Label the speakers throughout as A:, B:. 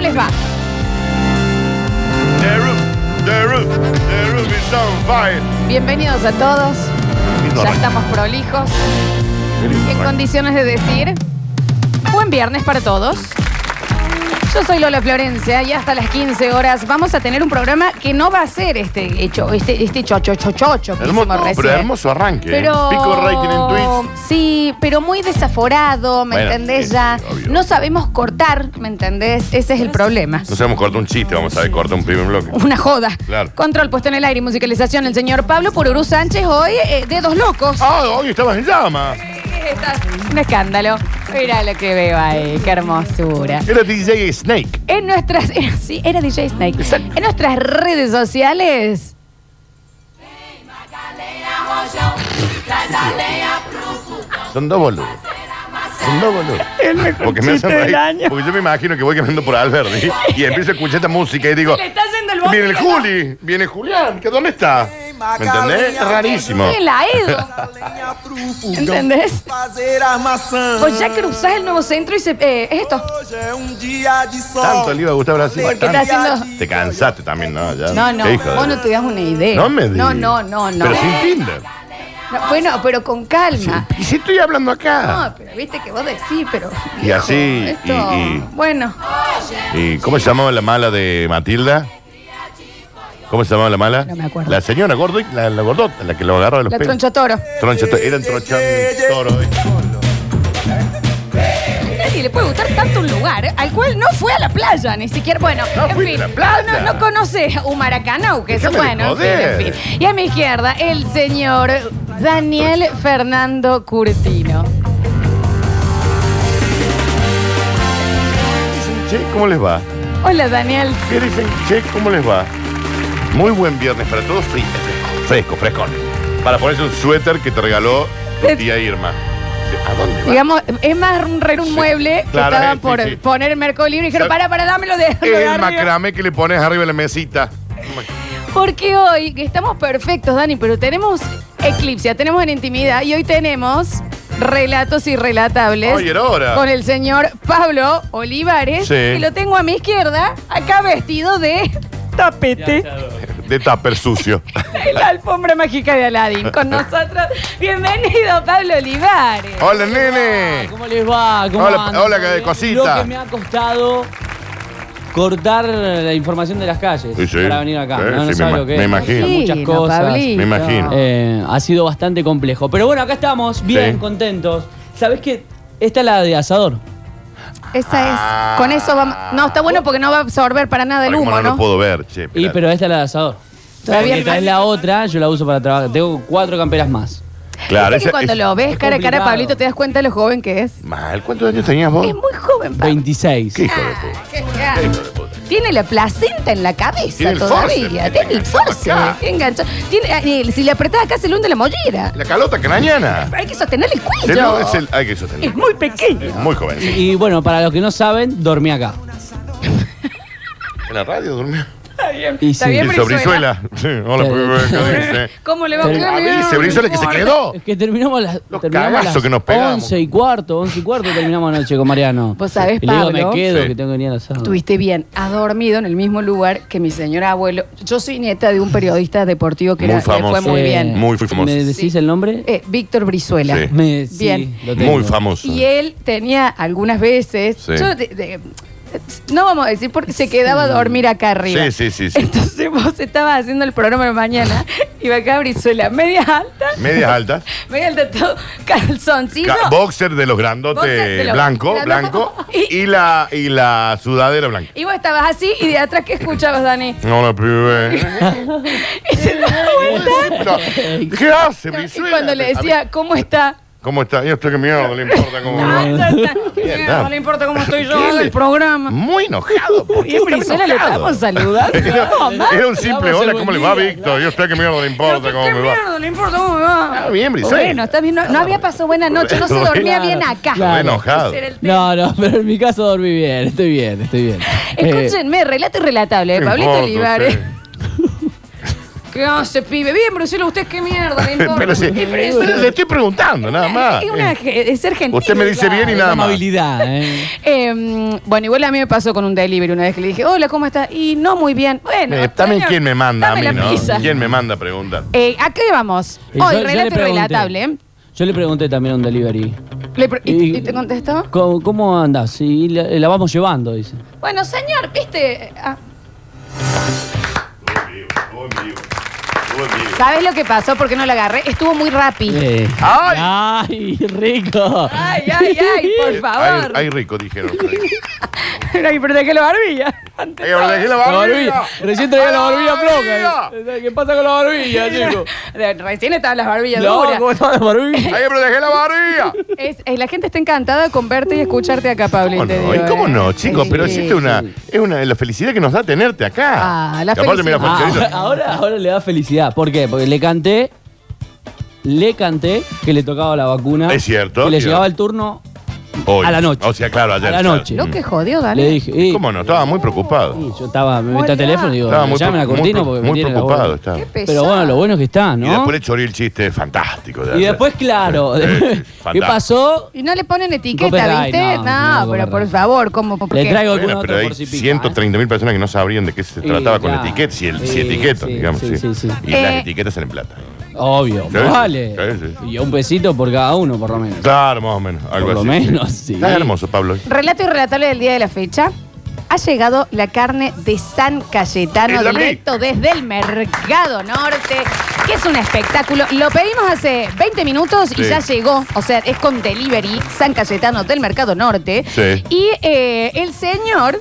A: les va.
B: The roof, the roof, the roof is on fire.
A: Bienvenidos a todos. Ya
B: Lindo arranque.
A: estamos prolijos.
B: Qué lindo
A: En
B: arranque.
A: condiciones de decir, buen viernes para todos. Yo soy Lola Florencia y hasta las 15 horas vamos a tener un programa que no va a ser este hecho, este, este chocho, chochocho que
B: Hermoso,
A: hicimos
B: no,
A: recién.
B: pero hermoso arranque. ¿eh?
A: Pero-
B: Pico rating en Twitch.
A: Sí, pero muy desaforado, ¿me
B: Bueno,
A: entendés
B: sí,
A: ya?
B: obvio.
A: No sabemos cortar, ¿me entendés? Ese es el problema.
B: No sabemos cortar un chiste, vamos a ver, cortar un primer bloque.
A: Una joda.
B: Claro.
A: Control puesto en el aire y musicalización. El señor Pablo Pururú Sánchez hoy, eh, dedos locos.
B: Ah, hoy estabas en llama.
A: Está Un escándalo. Mira lo que veo ahí, qué hermosura.
B: Era DJ Snake.
A: En nuestras. era- sí, era DJ Snake.
B: Exacto.
A: En nuestras redes sociales.
B: Son dos boludos. Son dos boludos.
C: El mejor
B: Porque me hacen
C: chiste del
B: reír.
C: año.
B: Porque yo me imagino que voy caminando por Alberti y empiezo a escuchar esta música y digo.
A: está yendo
B: Viene el Juli, viene Julián, que dónde está. ¿Me entendés? Es rarísimo.
A: En la Edo. ¿Entendés?
D: Fazer armação.
A: Pues ya cruzás el nuevo centro y se. eh, es esto.
D: Hoje é um dia de sol.
B: Tanto le iba a gustar Brasil.
A: Porque está
B: tanto.
A: haciendo.
B: Te cansaste también, ¿no? Ya.
A: No, no.
B: Qué hijo de-
A: Vos no te das una idea.
B: No me digas.
A: No, no, no, no.
B: Pero sin Tinder.
A: No, Bueno, pero con calma.
B: ¿Y si estoy hablando acá?
A: No, pero viste que vos decís, pero.
B: Y así,
A: esto-
B: y- y-
A: Bueno,
B: ¿Y cómo se llamaba la mala de Matilda? ¿Cómo se llamaba la mala?
A: No me acuerdo.
B: La señora gordo, la, la gordota, la que lo agarra de los
A: la
B: pelos.
A: tronchatoro.
B: Troncha to- eran tronchan toro.
A: Nadie le puede gustar tanto un lugar eh, al cual no fue a la playa, ni siquiera. Bueno,
B: No
A: en
B: fuiste
A: fin.
B: a la playa.
A: No, no conoce a Humaracanau, que es
B: Déjame de
A: bueno. En
B: joder.
A: fin, en fin. Y a mi izquierda, el señor Daniel Fernando Curtino.
B: Dicen, Che, ¿cómo les va?
A: Hola, Daniel.
B: ¿Qué dicen? Che, ¿cómo les va? Muy buen viernes para todos. Fri- Fresco, fresco, frescón. Para ponerse un suéter que te regaló tu
A: Eh,
B: tía Irma. ¿A dónde va?
A: Digamos, es más un, era un
B: Sí,
A: mueble que
B: claro,
A: estaban
B: eh, sí,
A: por
B: sí.
A: poner en Mercado Libre y dijeron,
B: Sa-
A: para, para, dámelo de, lo de
B: El
A: arriba".
B: macramé que le pones arriba de la mesita.
A: Porque hoy que estamos perfectos, Dani, pero tenemos eclipse, tenemos en intimidad y hoy tenemos relatos irrelatables.
B: Hoy era hora.
A: Con el señor Pablo Olivares,
B: Sí.
A: que lo tengo a mi izquierda, acá vestido de tapete
B: De tupper sucio.
A: en la alfombra mágica de Aladdin. Con nosotros, bienvenido Pablo Olivares.
B: Hola, nene.
C: ¿Cómo les va? ¿Cómo
B: Eh. Hola,
C: andan?
B: hola, que-
C: Bien.
B: cosita.
C: Lo que me ha costado cortar la información de las calles
B: Sí, sí.
C: para venir acá.
B: Sí,
C: no, no
B: sí, me
C: sabe
B: ima-
C: lo que
B: me
C: es.
B: imagino.
C: Son Muchas
A: Pablito,
C: cosas.
A: Pablito.
B: Me imagino.
C: Eh, ha sido bastante complejo. Pero bueno, acá estamos, bien,
B: Sí.
C: contentos. ¿Sabés qué? Esta es la de asador.
A: Esa es. Con eso vamos. No, está bueno porque no va a absorber para nada el
B: Ahora, como
A: humo,
B: no
A: ¿no?
B: lo puedo ver, che.
C: Y
B: espera.
C: pero esta es la de asador.
A: Todavía
C: Porque
A: no.
C: es la otra, yo la uso para trabajar. Tengo cuatro camperas más.
B: Claro,
A: Viste que
B: esa-
A: cuando
B: esa-
A: lo ves cara a cara,
C: complicado.
A: Pablito, te das cuenta de lo joven que es.
B: Mal, ¿cuántos años tenías vos?
A: Es muy joven, Pablo.
C: 26.
B: ¿Qué hijo de puta?
A: Qué
B: ¿Qué
A: grande.
B: hijo de puta?
A: Tiene la placenta en la cabeza
B: Tiene el forceps,
A: todavía.
B: tiene
A: tiene el
B: enganchado
A: force.
B: acá.
A: Tiene enganchado. Tiene- eh, si le apretás acá se le hunde la mollera.
B: La calota canañana.
A: Hay que sostener el
B: Se
A: cuello.
B: lo- es el- Hay que sostenerlo.
A: Es muy pequeño.
B: Muy joven.
C: Y bueno, para los que no saben, dormí acá.
B: En la radio durmió.
C: Y
A: Está
C: sí.
A: bien,
B: Y
A: Brizuela.
B: sobre Brizuela. Sí, hola, ¿qué dice? Ah,
A: ¿Cómo le va a
C: Pero-
A: quedar?
B: Dice Brizuela que se quedó.
C: Es que terminamos las,
B: Oh. Los
C: terminamos
B: cagazos que nos pegamos.
C: 11 y cuarto, 11 y cuarto terminamos anoche con Mariano.
A: Vos sabés,
C: y le digo,
A: Pablo.
C: me quedo,
B: Sí.
C: que tengo que venir a la sala.
A: Estuviste bien, has dormido en el mismo lugar que mi señor abuelo. Yo soy nieta de un periodista deportivo que
B: Muy
A: era- le fue
B: famoso.
A: muy bien.
B: Muy famoso.
C: ¿Me decís
A: Sí.
C: el nombre?
A: Eh, Víctor Brizuela.
B: Sí.
C: Me- sí,
A: Bien.
C: lo tengo.
B: Muy famoso.
A: Y él tenía algunas veces.
B: Sí.
A: yo de- de- no vamos a decir porque se quedaba a dormir acá arriba.
B: Sí, sí, sí, sí.
A: Entonces vos estabas haciendo el programa de la mañana y va acá Brizuela, media alta,
B: Medias altas.
A: media alta todo, calzoncillo.
B: Ca- Boxer de los
A: Boxer de
B: grandotes
A: los-
B: blanco,
A: grandotes.
B: blanco.
A: Y-
B: Y la, y la sudadera blanca.
A: Y vos estabas así y de atrás, ¿qué escuchabas, Dani?
B: Hola, pibe.
A: Y se daba vuelta.
B: No, ¿Qué hace,
A: Y
B: Brizuela?
A: cuando le
B: A
A: decía, ¿cómo está?
B: ver, ¿Cómo está? Yo estoy que mierda, no le importa cómo.
A: Ah, ya está.
B: Bien,
A: No le importa cómo estoy yo hago el programa.
B: Muy enojado. ¿por qué
A: Y Brizuela lo
B: enojado?
A: estamos saludando.
B: Era, era un simple
C: Vamos a
B: hola,
C: buen
B: ¿cómo le
C: día,
B: va, Víctor? Yo sé que mierda no le importa
A: Pero,
B: cómo
A: ¿qué
B: me va.
A: mierda? No importa cómo me va.
B: Está bien, Brizuela.
A: Bueno, está bien. No, no había pasado buena noche. No se dormía
C: Claro,
A: bien acá.
C: Ah. claro.
B: Re enojado.
A: Ese era el tema.
C: No, no, pero en mi caso dormí bien, estoy bien, estoy bien. Eh,
A: Escúchenme, relato irrelatable. eh,
B: No
A: Pablito
B: importa,
A: Olivares.
B: sí.
A: ¿Qué hace, pibe? Bien, Bruselas, ¿usted qué mierda? Le importa.
B: Pero, sí,
A: Eh, pero eso-
B: pero le estoy preguntando, nada más. Eh.
A: Es, una- es ser gentil.
B: Usted me dice bien y
C: Es
B: nada más.
C: amabilidad, ¿eh?
A: Eh, bueno, igual a mí me pasó con un delivery una vez que le dije, hola, ¿cómo estás? Y no muy bien. Bueno,
B: Eh, también
A: señor,
B: quién me manda a
A: dame
B: mí,
A: la
B: ¿no?
A: pizza.
B: ¿Quién me manda a preguntar?
A: Eh, ¿A qué vamos?
C: Y
A: Hoy,
C: yo- yo le
A: relato
C: pregunté-
A: irrelatable. ¿eh?
C: Yo le pregunté también a un delivery.
A: Le pre- ¿Y,
C: Y-
A: y te contestó?
C: ¿Cómo, cómo andás? Y la, la vamos llevando, dice.
A: Bueno, señor, viste. eh, ah, ¿Sabes lo que pasó? ¿Por qué no la agarré? Estuvo muy rápido.
C: Eh.
B: ¡Ay!
C: ¡Ay, rico!
A: Ay, ay, ay, por
B: Ay,
A: favor.
B: ay, Eh, rico, dijeron.
A: Ay, pero dejé la barbilla. Antes
B: Ay, ahora dejé la
C: La
B: barbilla.
C: barbilla. Recién traía la barbilla
B: barbilla!
C: floja. ¿eh? ¿Qué pasa con la barbilla, chico?
A: De- Recién estaban las barbillas
C: No,
A: duras.
C: ¿cómo está la barbilla?
B: ¡Ay, pero dejé la barbilla!
A: Es- eh, la gente está encantada de verte y escucharte acá, Pablo.
B: ¿Cómo
A: te
B: no?
A: digo,
B: ¿Y cómo
A: eh.
B: no, chicos?
A: Sí.
B: Pero existe una, es una de las felicidades que nos da tenerte acá.
A: Ah, la
B: Y aparte, mira,
A: felicidad.
B: Juancherito,
C: Ah, ahora, ahora le da felicidad. ¿Por qué? Porque le canté. Le canté que le tocaba la vacuna.
B: Es cierto,
C: Que le
B: tío.
C: llegaba el turno.
B: hoy.
C: a la noche.
B: O sea, claro, ayer.
C: A la
B: claro.
C: noche.
A: Lo que jodió, Dale.
C: Le dije. "Eh,
B: ¿Cómo no? Estaba muy preocupado.
C: Sí, yo estaba, me metí
A: Hola.
C: al teléfono y digo,
B: Estaba muy,
C: llamen a
B: pre- muy,
C: Cortino
B: pre-
C: porque me
B: muy
C: tiene la
B: preocupado.
C: bola".
B: Estaba.
A: Qué pesado.
C: Pero bueno, lo bueno es que está, ¿no?
B: Y después le choré el chiste fantástico. de
C: Y
B: ayer.
C: después, claro,
B: Sí, sí,
C: ¿qué
B: fantástico.
C: pasó?
A: Y no le ponen etiqueta,
C: Copyright,
A: ¿viste? No,
C: no, no,
A: pero
C: copyright.
A: por favor, ¿cómo? ¿Por
C: Le
A: qué?
C: traigo algún
B: Bueno, pero
C: otro
B: hay
C: por si pica, ¿eh?
B: 130.000 personas que no sabrían de qué se
C: Y
B: trataba con
C: ya,
B: etiquetas, si, el- si
C: sí,
B: etiquetas,
C: sí,
B: digamos.
C: sí,
B: sí.
C: sí, sí.
B: Y las
A: Eh,
B: etiquetas salen plata.
C: ¿eh? Obvio,
B: Sí,
C: vale.
B: sí, sí.
C: Y un pesito por cada uno, por lo menos.
B: Claro, más o menos. Algo
C: Por lo
B: así.
C: menos, sí.
B: Estás hermoso, Pablo.
A: Relato irrelatable del día de la fecha. Ha llegado la carne de San Cayetano
B: Es la mía.
A: directo desde el Mercado Norte, que es un espectáculo. Lo pedimos hace 20 minutos y
B: Sí.
A: ya llegó. O sea, es con delivery San Cayetano del Mercado Norte.
B: Sí.
A: Y eh, el señor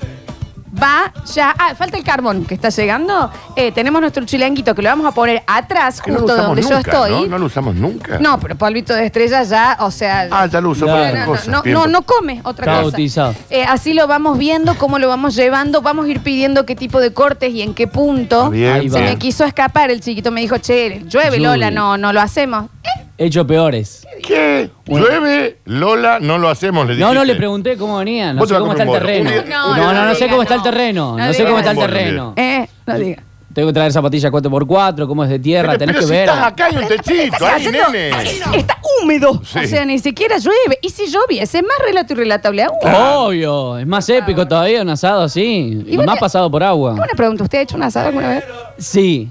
A: va ya. Ah, falta el carbón que está llegando. Eh, tenemos nuestro chilenguito que lo vamos a poner atrás,
B: Que no lo
A: justo
B: usamos
A: donde
B: nunca,
A: yo estoy.
B: ¿no? No lo usamos nunca.
A: No, pero polvito de estrella ya, o sea.
B: Ah, ya lo usó
C: No,
B: para
A: No,
B: otra
A: no,
B: cosa.
A: no,
B: Bien.
A: no, no come otra
C: Está
A: cosa.
C: bautizado.
A: Eh, así lo vamos viendo, cómo lo vamos llevando, vamos a ir pidiendo qué tipo de cortes y en qué punto.
B: Bien,
C: Ahí
A: Se
C: va.
A: me quiso escapar el chiquito, me dijo, che, llueve,
C: Llueve.
A: Lola, no, no lo hacemos. Eh,
C: Hecho peores.
B: ¿Qué? Llueve, Lola, no lo hacemos, le
C: No, no, le
B: dijiste.
C: pregunté cómo venía, no
B: Vos
C: sé
B: te vas
C: cómo
B: a
C: está el
B: comer un
C: terreno.
B: bolo.
A: No,
C: No,
A: no,
C: no, no,
A: no
C: sé
A: diga,
C: cómo está el
A: no.
C: terreno,
A: No
C: no sé
A: diga.
C: cómo está el
B: Bolo,
C: terreno.
A: eh, no diga.
C: Tengo que traer zapatillas 4x4, cómo es de tierra,
B: Pero,
C: tenés
B: pero
C: que
B: si
C: ver.
B: estás acá en un techito, ahí,
A: Haciendo-
B: nene.
A: Está húmedo.
B: Sí.
A: O sea, ni siquiera llueve. Y si lloviese, más relato irrelatable aún.
C: Obvio, es más épico todavía un asado así, y
A: vos
C: más
A: le-
C: pasado por agua.
A: Tengo una pregunta, ¿usted ha hecho un asado alguna vez?
C: Sí.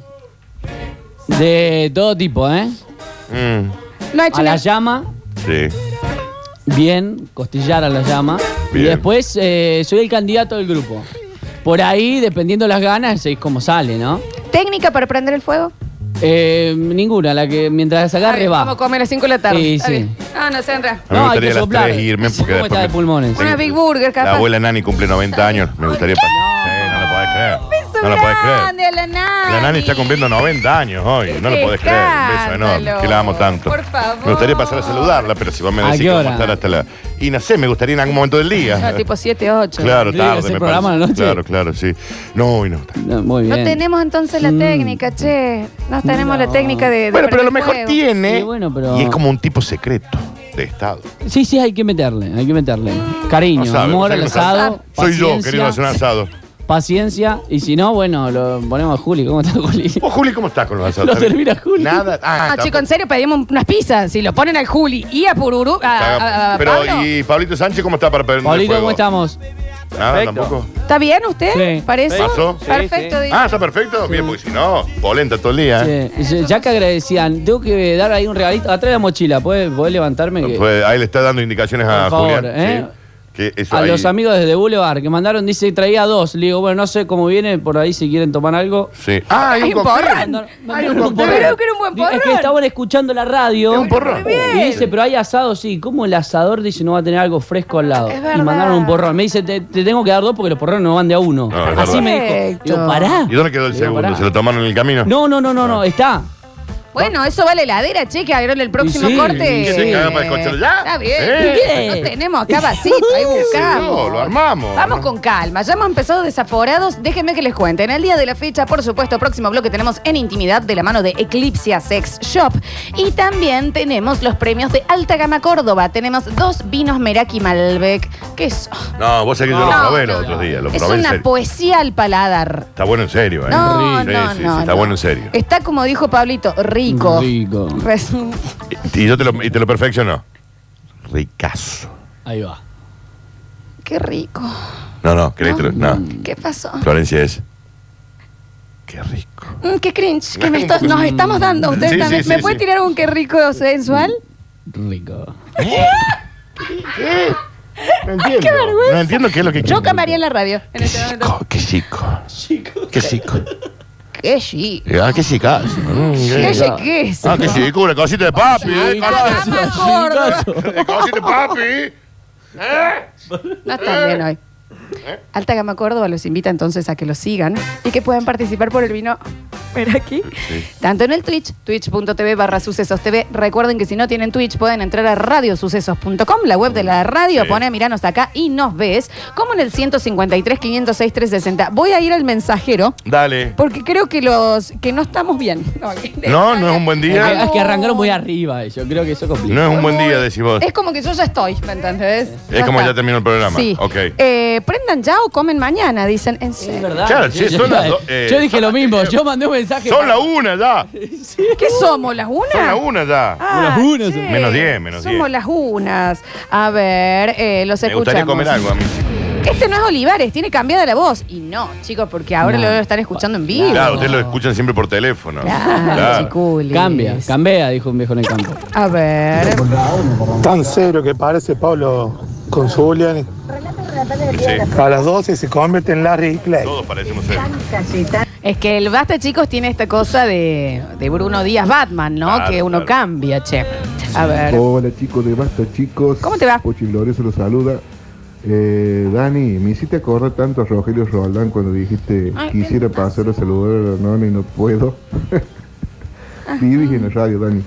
C: De todo tipo, ¿eh?
B: Mm,
A: No ha hecho
C: A la
A: nada.
C: llama,
B: sí.
C: bien, costillar a la llama. Y
B: Bien.
C: después eh, soy el candidato del grupo. Por ahí, dependiendo las ganas, es como sale, ¿no?
A: ¿Técnica para prender el fuego?
C: Eh, ninguna, la que mientras agarre
A: Está bien,
C: va.
A: Vamos a comer a las 5 de la tarde.
C: Sí,
A: Está
C: sí.
A: bien. Ah, no, se entra.
B: A mí
C: No,
B: me
C: hay
B: gustaría
C: que
B: a las
C: soplar.
B: tres irme porque
C: ¿Cómo está de pulmones?
A: Una Big Burger, capaz.
B: La abuela Nani cumple 90 años. Me gustaría. pa- Sí, no lo podés creer. No lo podés
A: grande
B: creer.
A: a la Nani.
B: La Nani está cumpliendo 90 años hoy. No lo podés creer. Un beso enorme.
A: Escándalo.
B: Que la amo tanto.
A: Por favor.
B: Me gustaría pasar a saludarla, pero si vos me
C: ¿A
B: decís
C: qué
B: que vamos a
C: hora?
B: estar hasta la. Y no sé, me gustaría en algún momento del
A: No,
B: día.
A: tipo 7, 8.
B: Claro,
C: Sí,
B: tarde.
C: ¿hacer
B: me
C: programa
B: parece.
C: a la noche?
B: Claro, claro, sí. No, hoy no.
C: No, muy
A: No
C: bien.
A: tenemos entonces la
C: Mm.
A: técnica, che. No tenemos
C: No.
A: la técnica de. de
B: Bueno, pero a
A: prender
B: lo mejor
A: fuego.
B: tiene.
C: Y bueno, pero-
B: Y es como un tipo secreto de Estado.
C: Sí, sí, hay que meterle, hay que meterle.
B: No
C: Cariño,
B: sabe,
C: amor
B: no
C: al
B: sabe, no
A: sabe.
C: asado.
B: Soy yo,
C: paciencia,
B: querido, hacer un asado.
C: Paciencia, y si no, bueno, lo ponemos a Juli. ¿Cómo está Juli?
B: Vos, Juli, ¿cómo estás con los asados?
C: Lo
B: ¿Está bien?
C: termina Juli.
B: Nada. Ah,
A: No,
B: está-
A: chicos, en serio, pedimos unas pizzas. Si lo ponen al Juli y a Pururu. A, a- a
B: Pero,
A: Pablo,
B: ¿y Pablito Sánchez cómo está para perder
C: Paulito, ¿cómo estamos?
B: Nada,
C: Perfecto.
B: tampoco.
A: ¿Está bien usted?
C: Sí.
A: ¿Parece?
B: ¿Pasó?
C: Sí,
A: Perfecto.
C: sí.
A: dice.
B: Ah, está perfecto. Bien, porque si no, polenta todo el día. ¿eh?
C: Sí, sí, ya que agradecían, tengo que dar ahí un regalito. Atrás de la mochila, ¿puedes, podés levantarme? que-
B: Pues ahí le está dando indicaciones a
C: Por favor,
B: Julián.
C: ¿eh?
B: sí, que eso
C: a
B: ahí-
C: los amigos desde Boulevard que mandaron, dice, traía dos. Le digo, bueno, no sé cómo viene, por ahí si quieren tomar algo.
B: Sí. Ah, hay
A: Hay
B: un
A: un
B: cóctel.
A: porrón.
C: Mandaron-
B: Hay
C: mandaron
B: un
C: un
B: cóctel.
C: porrón.
A: Creo que era un buen
C: Digo, Es que
A: porrón.
C: estaban escuchando la radio.
B: Es un porrón.
C: Y dice, pero hay asado, sí. ¿Cómo el asador dice no va a tener algo fresco al lado?
A: Es
C: y
A: verdad.
C: mandaron un porrón. Me dice, te, te tengo que dar dos porque los porrones no van de a uno.
B: No, Ah, es
C: Así
B: verdad.
C: me dijo.
A: Perfecto.
C: Digo, pará.
B: ¿Y dónde quedó el
C: Digo,
B: segundo?
C: pará.
B: ¿Se lo tomaron en el camino? Ah,
C: No, no, no, no, no, está.
A: Bueno, eso va a la heladera, che, que abrieron el próximo
C: sí,
A: corte.
B: que te caga para escucharlo ya.
A: Está bien.
B: Eh.
A: ¿Qué? No tenemos acá vasito, ahí
B: ¿Qué sé
A: buscamos.
B: yo? Lo armamos,
A: Vamos
B: ¿no?
A: con calma. Ya hemos empezado desaforados. Déjenme que les cuente. En el día de la fecha, por supuesto, próximo bloque tenemos en intimidad de la mano de Eclipse Sex Shop. Y también tenemos los premios de Alta Gama Córdoba. Tenemos dos vinos Meraki Malbec. ¿Qué es?
B: No, vos sabés que yo
A: No,
B: lo probé
A: no,
B: los otros
A: no.
B: días. Lo
A: es
B: probé en
A: una
B: serio.
A: poesía al paladar.
B: Está bueno en serio, ¿eh?
A: No,
B: Sí,
A: no,
B: sí, sí,
A: no,
B: Está
A: no.
B: bueno en serio.
A: Está como dijo Pablito, rico.
C: Rico.
A: Res-
B: Y yo te lo, y te lo perfecciono. Ricazo.
C: Ahí va.
A: Qué rico.
B: No, no, ¿querés que te lo- no.
A: ¿Qué pasó?
B: Florencia es. Qué rico.
A: Mm, qué cringe. Que me esto- nos estamos dando. Ustedes
B: Sí, sí,
A: también.
B: sí,
A: ¿Me
B: sí.
A: puede tirar un qué rico sensual?
C: Rico.
B: No entiendo. no entiendo qué es lo que
A: Yo cambiaría en la radio. En este momento.
B: Chico, qué chico. Qué chico.
A: Qué chic.
B: Ah, qué chicazo. Mm,
A: Qué
B: qué-
A: chic que es.
B: Ah, qué chico, una cosita de papi. eh,
A: Alta
B: cosita-
A: Gama Córdoba.
B: Cosita de papi.
A: No está bien hoy. Alta Gama Córdoba los invita entonces a que los sigan y que puedan participar por el vino ver aquí. Tanto en el Twitch, twitch.tv barra sucesos TV. Recuerden que si no tienen Twitch pueden entrar a radiosucesos.com, la web de la radio,
B: Sí.
A: pone miranos acá y nos ves, como en el 153 506 360. Voy a ir al mensajero
B: Dale.
A: porque creo que los que no estamos bien. No, que-
B: No, no es un buen
C: Es que-
B: día.
C: es que arrancaron muy arriba ellos. Creo que eso complica.
B: No es un buen día, decís vos.
A: Es como que yo ya estoy, ¿me entendés?
B: Es como
A: está.
B: ya terminó el programa.
A: Sí.
B: Ok.
A: Eh, prendan ya o comen mañana, dicen. En
C: Es
A: serio.
C: verdad.
B: Claro, sí,
C: yo,
B: son
C: yo-
B: las do- eh,
C: yo dije lo mismo. Yo mandé un mensaje.
B: Son
C: para-
B: la una ya.
A: ¿Qué somos? ¿Las unas?
B: Son la una ya.
A: Ah,
C: Las unas
A: che.
C: somos.
B: Menos diez, menos
A: Somos
B: diez.
A: las unas. A ver, eh, los
B: Me gustaría
A: escuchamos.
B: comer algo a mí.
A: Este no es Olivares, tiene cambiada la voz. Y no, chicos, porque ahora
C: No.
A: lo están escuchando en vivo.
B: Claro, ustedes lo escuchan siempre por teléfono.
A: Claro, chiculis.
C: Cambia, cambia, dijo un viejo en el campo.
A: A ver.
E: Tan serio que parece Pablo con su Julian.
B: Sí,
E: A las 12 se convierte en Larry Clay.
B: todos parecemos ser.
A: Es que el Basta, chicos, tiene esta cosa de, de Bruno Díaz Batman, ¿no?
B: Claro,
A: que uno
B: claro.
A: cambia, che. A ver.
F: Hola chicos de Basta Chicos.
A: ¿Cómo te va?
F: Pochi Lorenzo los saluda. Eh, Dani, me hiciste acordar tanto a Rogelio Roldán cuando dijiste
A: Ay,
F: quisiera pasar a saludar a la nona y no puedo. Vivís en la radio, Dani.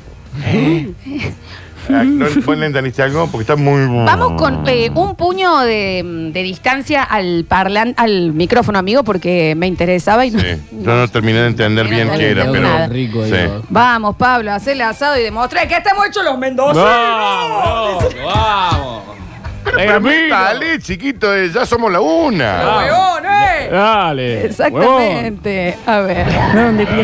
B: Ah, ¿No vos le entendiste algo? Porque está muy.
A: Vamos
B: Mm.
A: con eh, un puño de, de distancia al parlan, al micrófono, amigo, porque me interesaba y no-
B: Sí. Yo no terminé de entender bien qué era,
A: entendí
B: pero.
A: nada.
C: Rico, ahí va.
B: sí.
A: Vamos, Pablo, haz el asado y demostrá que estamos hechos los mendozanos.
C: vamos.
B: Pero, pero dale, chiquito, eh, ya somos la una.
A: ¡Huevones!
G: Dale.
A: Exactamente. A ver.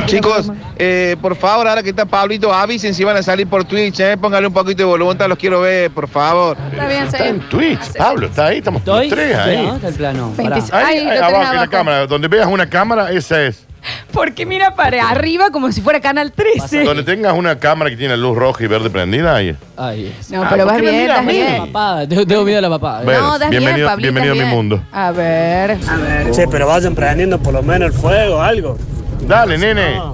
H: Chicos, eh, por favor, ahora que está Pablito, avisen si van a salir por Twitch, eh, póngale un poquito de volumen, los quiero ver, por favor.
A: Está bien,
B: Está en
A: sí.
B: Twitch, Pablo, está ahí, estamos los
C: Estoy.
B: tres
C: ¿no?
B: ahí.
C: Está el plano. pará.
A: 25.
B: Ahí,
A: Ahí,
B: ahí
A: lo tenés
B: abajo, en la
A: abajo.
B: cámara. Donde veas una cámara, esa es.
A: Porque mira para arriba como si fuera Canal 13.
B: Donde tengas una cámara que tiene luz roja y verde prendida, ahí.
C: Ahí es.
A: No,
B: Ah,
A: pero
B: ¿por
A: vas
B: qué me
A: bien,
B: mira a
A: estás
B: mí?
A: bien.
C: Papada, tengo, tengo miedo a la papada.
B: Bueno,
A: no, das bien,
B: bienvenido-
A: Pablito.
B: bienvenido a mi
A: bien.
B: mundo.
A: A ver.
I: Che, pero vayan prendiendo por lo menos el fuego, algo.
B: Dale, nene.
C: Ah.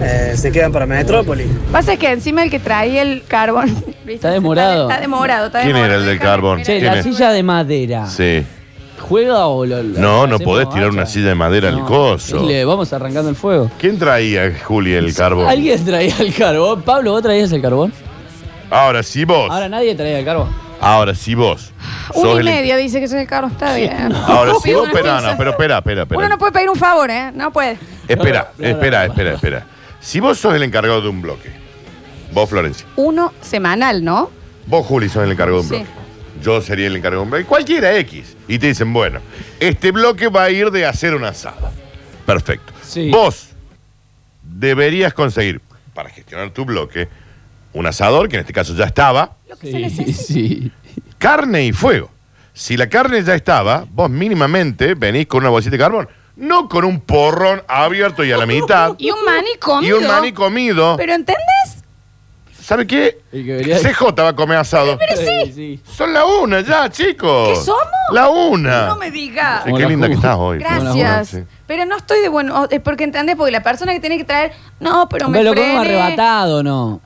I: Eh, se quedan para Metrópolis.
A: Pasa que encima el que traía el carbón. Está
C: demorado.
A: Está demorado, está
B: ¿Quién
A: demorado.
B: era el del
A: Déjame,
B: carbón?
A: mira,
C: Che,
B: ¿Quién
A: mira.
C: la
B: es?
C: silla de madera.
B: Sí.
C: ¿Juega o lo.? lo-
B: No, no
C: hacemos
B: podés tirar
C: bacha?
B: una silla de madera al
C: No.
B: coso.
C: Y le vamos arrancando el fuego.
B: ¿Quién traía, Juli, el carbón?
C: ¿Alguien traía el carbón? Pablo, ¿vos traías el carbón?
B: Ahora sí vos.
C: Ahora nadie traía el carbón.
B: Ahora sí vos. Sos
A: Una y
B: el-
A: media dice que soy el carbón. Está bien.
B: Ahora sí
A: Pido
B: vos,
A: una
B: pero
A: pizza.
B: no, pero espera, espera,
A: Uno
B: espera.
A: no puede pedir un favor, ¿eh? No puede.
B: Espera,
C: No, no, no,
B: espera,
C: no, no.
B: espera, espera. Si vos sos el encargado de un bloque, vos, Florencia,
A: Uno semanal, ¿no?
B: vos, Juli, sos el encargado de un
A: Sí.
B: bloque. Yo sería el encargado de un bloque, cualquiera X. Y te dicen, bueno, este bloque va a ir de hacer un asado. Perfecto.
C: Sí.
B: Vos deberías conseguir, para gestionar tu bloque, un asador, que en este caso ya estaba,
A: Lo que se
C: Sí,
A: necesita.
C: sí.
B: carne y fuego. Si la carne ya estaba, vos mínimamente venís con una bolsita de carbón, no con un porrón abierto y a la mitad.
A: Y un maní comido.
B: Y un maní comido.
A: ¿Pero entendés?
B: ¿Sabe qué?
C: Y que venía-
B: CJ va a comer asado.
C: Sí, sí.
B: Son la una ya, chicos.
A: ¿Qué somos?
B: La una.
A: No me digas.
B: Ah. Sí,
C: Como
B: qué
C: la
B: linda que
C: jugo.
B: estás hoy.
A: Gracias.
B: Sí.
A: Pero no estoy de bueno. Porque entendés, porque la persona que tiene que traer. No, pero me
C: Pero lo comemos
A: frené.
C: arrebatado, ¿no?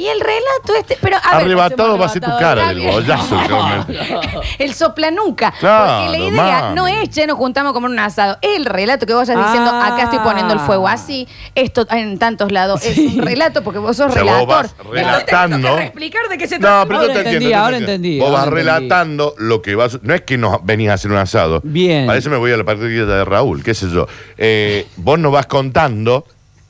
A: Y el relato este, pero a ver,
B: Arrebatado
A: hacemos
B: va a ser tu
A: arrebatado,
B: cara
A: está
B: del
A: bien.
B: bollazo. realmente.
A: El soplanuca.
B: Claro,
A: porque la idea
B: mami.
A: no es, che, nos juntamos a comer un asado. El relato que vos vayas diciendo,
C: Ah.
A: acá estoy poniendo el fuego así, esto en tantos lados. Es un relato porque vos sos
B: O sea, vos
A: relator.
B: vas
A: Entonces,
B: relatando.
A: tengo que explicar de qué se
B: No,
A: trata.
B: pero
C: Ahora
B: no te
C: entendí,
B: entiendo, no te
C: ahora entendí,
B: Vos vas
C: ahora entendí.
B: relatando lo que vas. No es que nos venís a hacer un asado.
C: Bien.
B: Para eso me voy a la partida de Raúl, qué sé yo. Eh, vos nos vas contando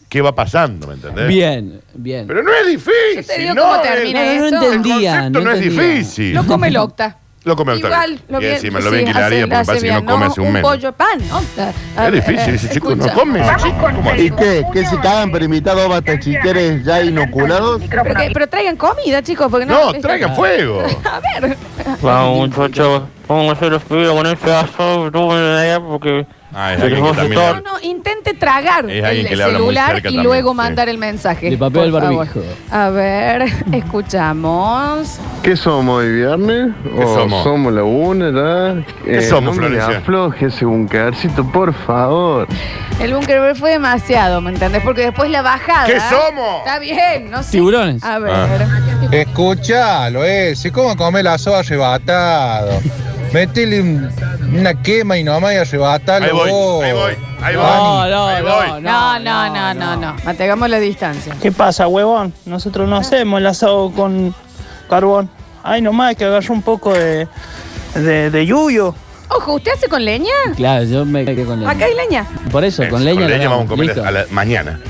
B: qué va pasando, ¿me entendés?
C: Bien, bien.
B: Eh. Pero no es difícil.
A: Yo te digo
B: no
A: cómo
B: es-
A: termina
C: No, no
A: esto.
B: El
C: entendí. Entendía,
B: concepto no,
C: no
B: es
C: entendía.
B: difícil.
A: Lo come el octa.
B: Lo come Octa.
A: Igual, lo
B: Y
A: bien-
B: encima lo
A: sí,
B: ventilaría
A: hace-
B: porque
A: hace
B: parece que no
A: bien,
B: come hace un mes.
A: pollo pan, octa. A
B: Es
A: ver,
B: difícil, ese chico no
A: escucha.
B: come. chico, ¿cómo así?
G: ¿Y qué? ¿Qué se estaban pero invitados batas chiqueres ya inoculados?
A: Pero, que- pero traigan comida, chicos, porque no.
B: No, traigan fuego.
A: A ver.
J: Vamos, muchachos, vamos a hacer los pibes con ese aso, no me da porque.
B: Ah, es alguien que también-
A: No, no, intente tragar
B: Es alguien
A: el
B: que le habla muy
A: celular y
B: cerca también,
A: luego
B: sí.
A: mandar el mensaje.
C: Le papeo
A: por
C: el
A: favor.
C: barbijo.
A: A ver, escuchamos.
F: ¿Qué somos hoy viernes?
B: ¿Qué
F: ¿O
B: somos?
F: la una Eh, ya?
B: ¿Qué somos, Florencia?
F: Afloje ese bunkercito, por favor.
A: El Bunker fue demasiado, ¿me entendés? Porque después la bajada.
B: ¿Qué somos? Ah.
A: Está bien, no sé.
C: Tiburones.
A: A ver.
H: Escuchalo, ese, eh. ¿cómo come el asado arrebatado? Metele una quema y nomás y arrebatalo.
B: Ahí voy, ahí voy, ahí voy.
C: No, no,
B: ahí
C: no,
B: voy.
A: No, no, no, no, no. Mantengamos la distancia.
J: ¿Qué pasa, huevón? Nosotros no hacemos el asado con carbón. Ay, nomás que agarre un poco de. de, de yuyo.
A: Ojo, ¿usted hace con leña?
C: Claro, yo me quedé con leña.
A: Acá hay leña.
C: Por eso,
B: Es,
C: con leña. lo
B: vamos a
C: hagamos,
B: comer
C: listo.
B: a la- mañana.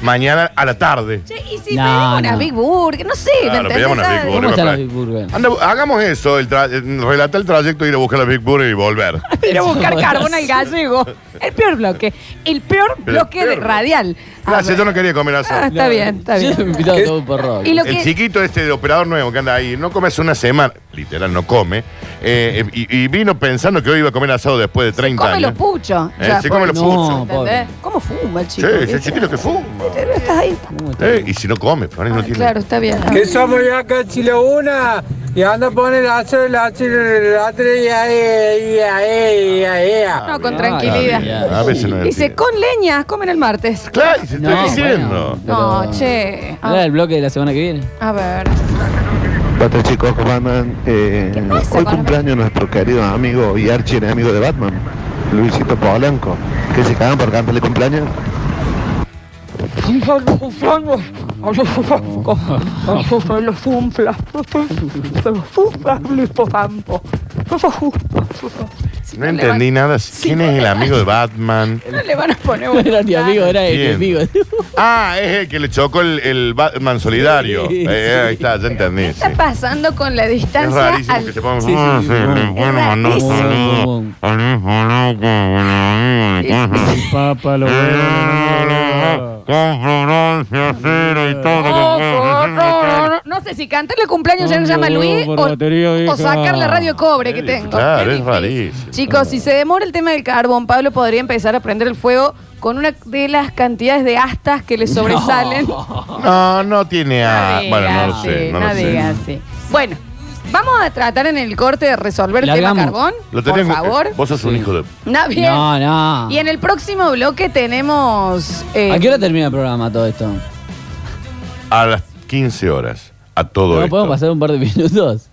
B: Mañana a la tarde.
A: Che, y si
C: No,
A: pedimos una
C: no.
A: Big Burger, no sé,
B: Claro,
A: ¿me
B: pedíamos
A: entendés?
B: una Big
A: Ah,
B: Burger.
C: ¿Cómo está la
B: Burger.
C: Big Burger?
B: Anda, hagamos eso, el tra- eh, relata el trayecto, ir a buscar la Big Burger y volver.
A: Ir a buscar carbón al gallego. El peor bloque. El peor
B: Pero
A: bloque
B: el
A: de
B: peor.
A: radial. A
B: Gracias,
A: ver.
B: yo no quería comer
A: Ah,
B: asado.
A: está bien, está
C: Yo me
A: bien.
C: invitaba todo por rock.
A: Y lo
B: El
A: que-
B: chiquito este de operador nuevo que anda ahí, no come hace una semana, literal no come, eh, eh, y, y vino pensando que hoy iba a comer asado después de 30
A: Come los
B: años.
A: puchos.
B: Eh, se come los
A: pobre,
B: puchos.
A: ¿entendés?
C: Pobre.
A: ¿Cómo fuma el pues.
B: Sí,
A: chico?
B: es el
A: viste?
B: chiquito que fuma.
A: Pero estás ahí.
B: Eh, y si no come, Flores no
A: Ah,
B: tiene.
A: Claro, está bien.
I: Que somos ya acá en Chile una y anda a poner el hacer el hacer el hacer y ahí, y ahí, y ahí.
A: No, con
C: Ah,
A: tranquilidad.
C: bien.
B: A veces no
A: Dice, con leña, comen el martes.
B: Claro, y se estoy
C: No,
B: diciendo.
C: bueno,
A: No,
C: pero-
A: che.
C: ¿No era el bloque de la semana que viene?
A: A ver.
F: Basta chicos, ¿cómo andan? Eh,
A: ¿Qué pasa,
F: hoy
A: Bárbara?
F: cumpleaños nuestro querido amigo y archienemigo de Batman, Luisito Polanco. que se cagan por cantarle cumpleaños?
B: No entendí nada. ¿Quién es el amigo de Batman?
A: No le van a poner
C: No era ni amigo, era
B: Bien.
C: enemigo.
B: Ah, es el que le chocó el, el Batman solidario.
C: Sí,
B: Eh, ahí está, ya entendí.
A: ¿Qué
B: sí.
A: está pasando con la
B: Es
A: distancia
B: rarísimo
A: al
B: que se pongan.
C: Sí, sí,
B: Ah,
C: sí,
B: sí,
C: no.
B: sí, bueno, no,
A: rarísimo.
B: no, no.
C: Papá lo
B: Ah,
A: Ojo, no, no, no sé si cantarle cumpleaños ya no llama Luis o, o sacar la radio cobre que tengo.
B: Claro,
A: Qué
B: es
A: difícil.
B: rarísimo.
A: Chicos, si se demora el tema del carbón, Pablo podría empezar a prender el fuego con una de las cantidades de astas que le sobresalen.
B: No, no tiene
C: Ah,
B: a.
A: diga
B: Bueno, no lo
A: así,
B: sé. No
A: no
B: lo
A: diga
B: sé.
A: así. Bueno, vamos a tratar en el corte de resolver el
C: La
A: tema
C: hagamos.
A: carbón.
B: Lo
A: por
B: tenemos-
A: favor.
B: eh, Vos sos un hijo de.
A: Está bien.
C: No, no.
A: Y en el próximo bloque tenemos. eh,
C: ¿A qué hora termina el programa todo esto?
B: A las 15 horas. A todo
C: ¿No podemos
B: esto.
C: pasar un par de minutos?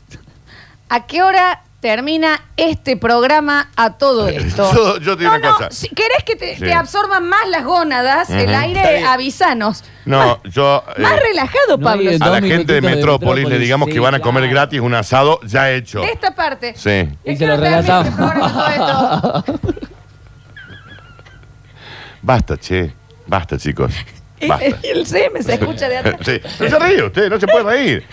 A: ¿A qué hora termina este programa a todo esto?
B: Yo- yo te digo
A: No,
B: una
A: no,
B: cosa.
A: Si querés que te,
B: Sí.
A: te absorban más las gónadas, el
B: Ujú. Está
A: aire,
B: bien.
A: avisanos.
B: No, yo. eh, Ah,
A: más relajado,
C: no
A: Pablo.
C: hay-
B: a la
C: Dos
B: gente de
C: minutitos de
B: Metrópolis le
C: Metrópolis,
B: digamos
C: sí,
B: que van a comer
C: claro.
B: gratis un asado ya hecho.
A: de esta parte.
B: Sí.
A: ¿Y a
C: Y
A: qué
C: se lo
A: hora termina este programa todo esto?
C: relatamos.
B: Basta, che. Basta, chicos. Basta.
A: Y el CM se escucha de atrás.
B: Sí. No se ríe usted, no se puede reír.